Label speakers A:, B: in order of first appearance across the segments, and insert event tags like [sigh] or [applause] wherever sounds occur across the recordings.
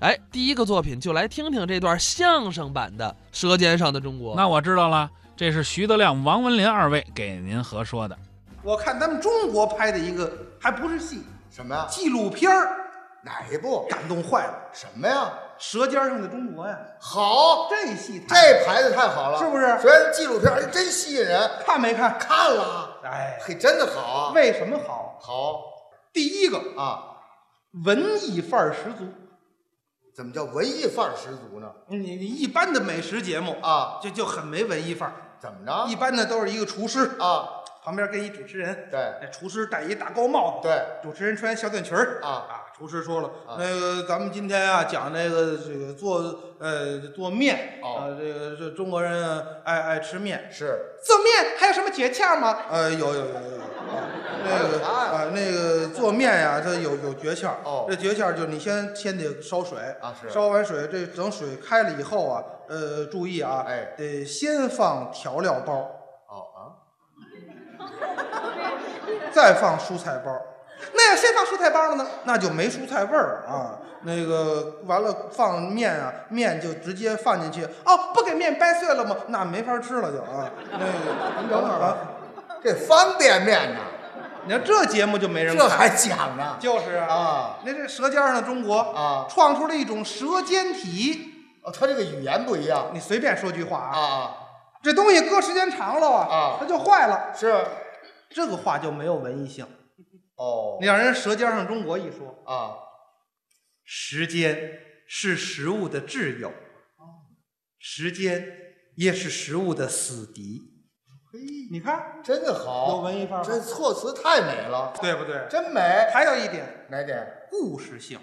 A: 哎，第一个作品就来听听这段相声版的《舌尖上的中国》。
B: 那我知道了，这是徐德亮、王文林二位给您合说的。
C: 我看咱们中国拍的一个还不是戏，
D: 什么呀？
C: 纪录片儿，
D: 哪一部？
C: 感动坏了，
D: 什么呀？
C: 《舌尖上的中国》呀，
D: 好，
C: 这戏
D: 这
C: 太
D: 牌子太好了，
C: 是不是
D: 虽然纪录片儿真吸引人，
C: 看没看？
D: 看了，啊
C: 哎，
D: 嘿，真的好啊，
C: 为什么好？
D: 好
C: 第一个，
D: 啊，
C: 文艺范儿十足。
D: 怎么叫文艺范儿十足呢？
C: 你你一般的美食节目
D: 啊
C: 就就很没文艺范儿，
D: 怎么着
C: 一？般的都是一个厨师，
D: 啊，
C: 旁边跟一主持人，
D: 对
C: 那厨师戴一大高帽子，
D: 对，
C: 主持人穿小短裙儿
D: 啊
C: 啊，厨师说了，
D: 啊
C: 那个咱们今天啊讲这个这个做呃做面，
D: 哦
C: 呃这个这中国人啊爱爱吃面，
D: 是
C: 做面还有什么诀窍吗？呃，有有有有有。那个啊，那个做面呀、它有有诀窍。
D: 哦
C: 这诀窍就是你先先得烧水
D: 啊是
C: 烧完水，这等水开了以后啊，呃，注意啊，
D: 哎
C: 得先放调料包，
D: 哦
C: 再放蔬菜包。那要先放蔬菜包了呢，那就没蔬菜味儿了啊。那个完了放面啊，面就直接放进去。哦，不给面掰碎了吗？那没法吃了就啊。那个
D: 您等会儿
C: 啊
D: 吧啊，这方便面呢？
C: 你看这节目就没人
D: 这
C: 看，
D: 还讲呢？
C: 就是啊，
D: 啊
C: 那这《舌尖上的中国》
D: 啊
C: 创出了一种舌尖体。
D: 哦，他这个语言不一样
C: 你随便说句话
D: 啊
C: 啊，
D: 啊，
C: 这东西搁时间长了啊
D: 啊，
C: 它就坏了。
D: 是
C: 这个话就没有文艺性。
D: 哦
C: 你让人《舌尖上的中国》一说，
D: 啊，
C: 时间是食物的挚友，时间也是食物的死敌。
D: 嘿，
C: 你看
D: 真的
C: 有
D: 好，
C: 文艺范儿
D: 这
C: 吗？
D: 措辞太美了，
C: 对不对？
D: 真美。
C: 还有一点
D: 哪点？
C: 故事性，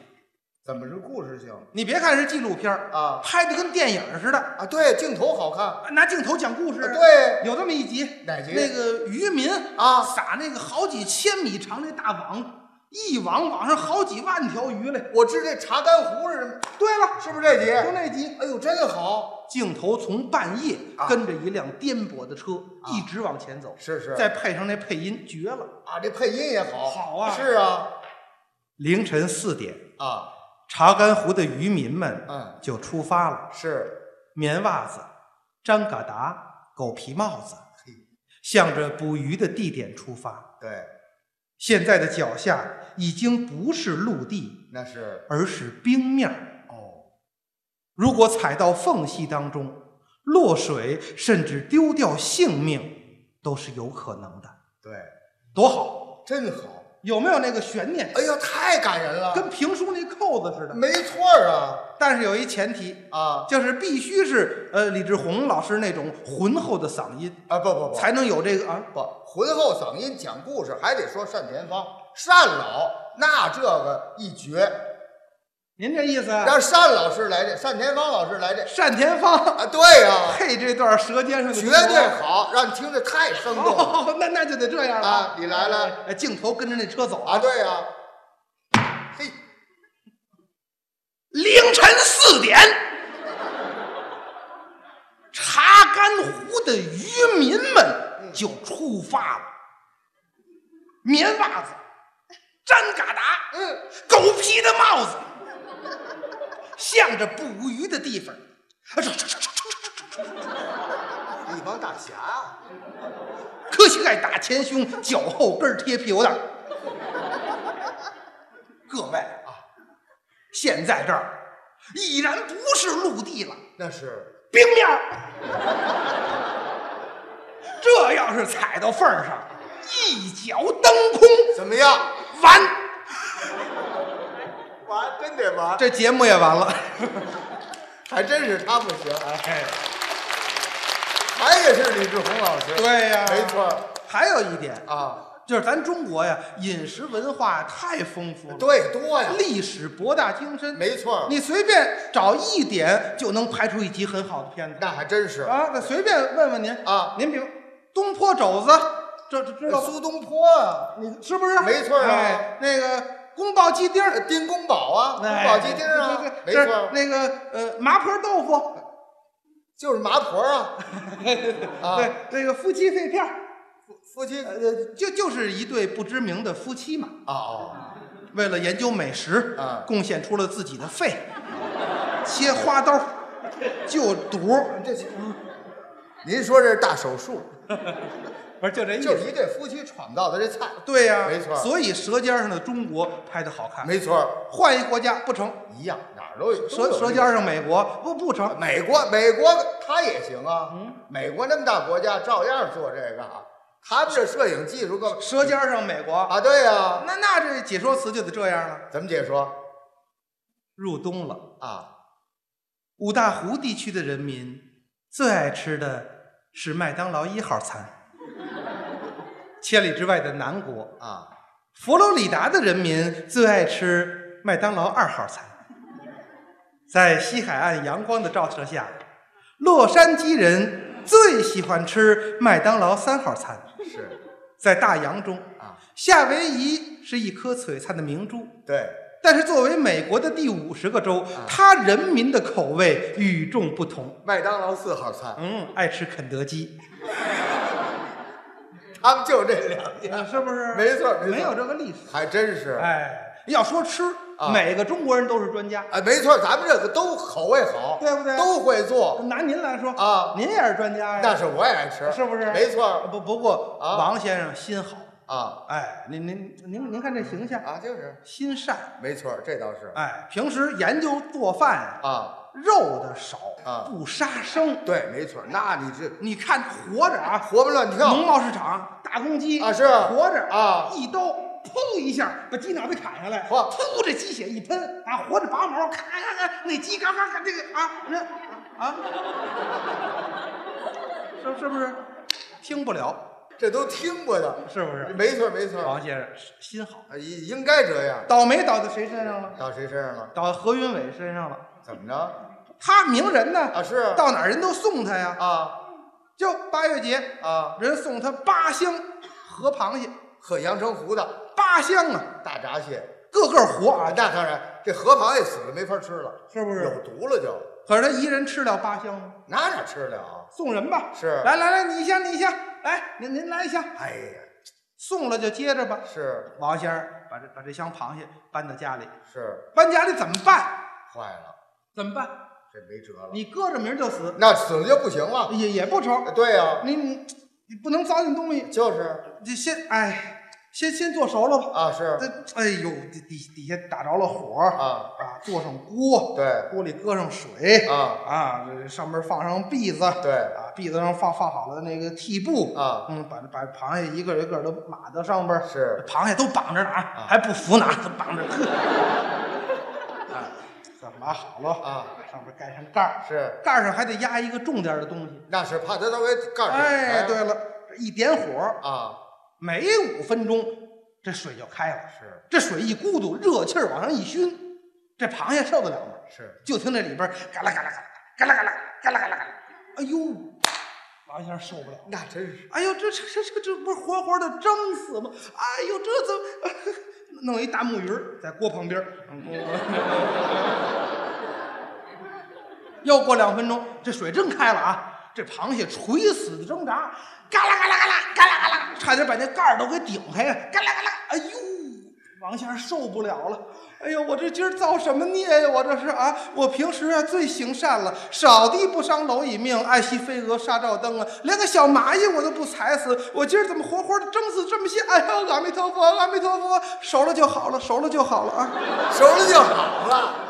D: 怎么是故事性
C: 你别看是纪录片儿
D: 啊
C: 拍的跟电影似的，
D: 啊？对，镜头好看。啊
C: 拿镜头讲故事。，
D: 对
C: 有这么一集，
D: 哪集
C: 那个渔民
D: 啊
C: 撒那个好几千米长那大网，一网网上好几万条鱼嘞。
D: 我知这查干湖是什么，
C: 对了，
D: 是不是这集？
C: 就那集，
D: 哎呦，真好！
C: 镜头从半夜
D: 啊
C: 跟着一辆颠簸的车
D: 啊
C: 一直往前走，
D: 是是，
C: 再配上那配音，绝了！
D: 啊，这配音也好，
C: 好啊
D: 是啊，
C: 凌晨四点，
D: 啊，
C: 查干湖的渔民们
D: 嗯，
C: 就出发了，
D: 是，
C: 棉袜子、张嘎达、狗皮帽子
D: 嘿，
C: 向着捕鱼的地点出发。
D: 对，
C: 现在的脚下已经不是陆地，
D: 那是
C: 而是冰面儿。
D: 哦，
C: 如果踩到缝隙当中，落水甚至丢掉性命都是有可能的，
D: 对，
C: 多好！
D: 真好。
C: 有没有那个悬念？
D: 哎呦，太感人了，
C: 跟评书那扣子似的。
D: 没错儿啊
C: 但是有一前提，
D: 啊
C: 就是必须是呃李志宏老师那种浑厚的嗓音，
D: 啊！不不不，
C: 才能有这个啊。
D: 不浑厚嗓音讲故事，还得说单田芳、单老，那这个一绝。
C: 您这意思啊？
D: 让单老师来这，单田芳老师来这
C: 单田芳
D: 啊，对呀、
C: 配这段《舌尖上的
D: 绝
C: 中国
D: 对好，让你听着太生动了
C: [laughs] 哦，那那就得这样了
D: 啊你来了，
C: 哎镜头跟着那车走
D: 啊！对呀、嘿，
C: 凌晨四点，查干湖的渔民们就出发了。棉袜子，粘嘎达，
D: 嗯，
C: 狗皮的帽子，向着捕鱼的地方。
D: 一帮大侠啊，
C: 磕膝盖打前胸，脚后跟儿贴屁股蛋儿。各位啊，现在这儿已然不是陆地了，
D: 那是
C: 冰面儿。这要是踩到缝儿上，一脚蹬空，
D: 怎么样？
C: 完，
D: 玩真得玩，
C: 这节目也完了。
D: 还真是他不行，
C: 哎，
D: 还也是李志宏老师，
C: 对呀
D: 没错儿
C: 还有一点，
D: 啊，
C: 就是咱中国呀，饮食文化太丰富了，
D: 对多呀，
C: 历史博大精深，
D: 没错儿
C: 你随便找一点就能拍出一集很好的片子
D: 那还真是
C: 啊！那随便问问您
D: 啊
C: 您比如东坡肘子，这这知道
D: 苏东坡啊，
C: 你是不是？
D: 没错啊
C: 哎，那个宫保鸡丁儿，
D: 丁公宝啊，宫
C: 哎
D: 保鸡丁啊
C: 对对，
D: 没
C: 对
D: 错
C: 这
D: 儿，
C: 那个呃麻婆豆腐，
D: 就是麻
C: [laughs]
D: 婆啊， [laughs] 啊，
C: 对，那个夫妻肺片儿，
D: 夫妻
C: 呃，就就是一对不知名的夫妻嘛，
D: 啊哦，
C: 为了研究美食
D: 啊
C: 贡献出了自己的肺，切花刀，就肚，
D: 这是您说这是大手术，
C: 不是就这意
D: 就一对夫妻创造的这菜，
C: 对呀、
D: 没错
C: 所以《舌尖上的中国》拍的好看，
D: 没错儿，
C: 换一国家不成，
D: 一样哪儿都有。
C: 《
D: 都
C: 舌
D: 有这
C: 舌
D: 个
C: 尖上美国》不不成，
D: 美国，美国他也行啊。美国那么大国家，照样做这个啊。他们这摄影技术够
C: 《舌尖上美国》
D: 啊，对呀、
C: 那那这解说词就得这样了。
D: 怎么解说
C: 入冬了，
D: 啊？
C: 五大湖地区的人民最爱吃的是麦当劳一号餐。千里之外的南国，
D: 啊，
C: 佛罗里达的人民最爱吃麦当劳二号餐。在西海岸阳光的照射下，洛杉矶人最喜欢吃麦当劳三号餐。
D: 是
C: 在大洋中，
D: 啊，
C: 夏威夷是一颗璀璨的明珠，
D: 对，
C: 但是作为美国的第五十个州，
D: 啊
C: 它人民的口味与众不同。
D: 麦当劳四号餐，
C: 嗯，爱吃肯德基，
D: 他们就这两家，
C: 是不是
D: 没错没错
C: 没有这个历史。
D: 还真是。
C: 哎，要说吃，
D: 啊
C: 每个中国人都是专家。
D: 哎，没错，咱们这个都口味好，
C: 对不对
D: 都会做，
C: 拿您来说
D: 啊
C: 您也是专家呀，
D: 嗯但是我也爱吃，
C: 是不是？
D: 没错
C: 不不过，
D: 啊
C: 王先生心好，
D: 啊
C: 哎，您您您您看这形象，
D: 啊，就是
C: 心善，
D: 没错，这倒是
C: 哎，平时研究做饭呀，
D: 啊，
C: 肉的少
D: 啊
C: 不杀生。
D: 对，没错。那你这
C: 你看活着啊，
D: 活蹦乱跳
C: 农贸市场大公鸡
D: 啊是
C: 活着
D: 啊
C: 一刀砰一下把鸡脑袋砍下来，
D: 嚯
C: 噗这鸡血一喷啊，活着拔毛，咔咔咔，那鸡嘎嘎嘎这个啊那啊，是是不是听不了？
D: 这都听过的，
C: 是不是？
D: 没错没错
C: 王，先生心好，
D: 啊应应该这样。
C: 倒霉倒到谁身上了？
D: 到谁身上了？
C: 倒到何云伟身上了。
D: 怎么着？
C: 他名人呢？
D: 啊是
C: 到哪儿人都送他呀。
D: 啊
C: 就八月节
D: 啊，
C: 人送他八箱河螃蟹，
D: 喝阳澄湖的
C: 八箱啊，
D: 大闸蟹
C: 个个活
D: 啊，
C: 啊，
D: 那当然，这河螃蟹死了没法吃了，
C: 是不
D: 有
C: 是？
D: 毒了就，
C: 可是他一人吃了八箱吗？
D: 哪哪吃得了？
C: 送人吧，
D: 是
C: 来来来，你一箱，你一箱，来，您您来一箱，
D: 哎呀，
C: 送了就接着吧。
D: 是
C: 王先生把这把这箱螃蟹搬到家里，
D: 是
C: 搬家里怎么办？
D: 坏了，
C: 怎么办？
D: 这没辙了，
C: 你搁着明儿就死
D: 那死了就不行了。
C: 也也不成，
D: 对呀，
C: 你你你不能糟践东西，
D: 就是
C: 这先哎，先先做熟了吧。
D: 啊是
C: 这哎呦，这底底下打着了火啊
D: 啊，
C: 做上锅，
D: 对
C: 锅里搁上水
D: 啊
C: 啊，这上面放上篦子，
D: 对
C: 啊，篦子上放放好了那个屉布
D: 啊
C: 嗯，把把螃蟹一个一个都码到上边儿，
D: 是
C: 螃蟹都绑着呢啊，还不服呢， [laughs] 都绑着，呵，啊，这码好了
D: 啊，
C: 上面盖上盖儿，
D: 是，
C: 盖儿上还得压一个重点儿的东西，
D: 那是怕他都给盖上。
C: 哎，对了，这一点火，
D: 啊
C: 每五分钟这水就开了，
D: 是
C: 这水一咕嘟，热气儿往上一熏，这螃蟹受得了吗？
D: 是，
C: 就听这里边儿嘎啦嘎啦嘎啦嘎啦嘎啦嘎啦嘎啦嘎啦，哎呦，王先生受不了。
D: 那真是
C: 哎呦，这这这这这不是活活的蒸死吗？哎呦，这怎么 [laughs] 弄一大木鱼儿在锅旁边儿？嗯又过两分钟，这水真开了啊！这螃蟹垂死的挣扎，嘎啦嘎啦嘎啦嘎啦嘎啦，差点把那盖儿都给顶开了，嘎啦嘎啦！哎呦，王先生受不了了！哎呦，我这今儿造什么孽呀？我这是啊！我平时啊最行善了，少地不伤蝼蚁命，爱惜飞蛾杀照灯啊！连个小蚂蚁我都不踩死，我今儿怎么活活的蒸死这么些？哎呦，阿弥陀佛，阿弥陀佛，熟了就好了，熟了就好了啊！
D: 熟了就好了。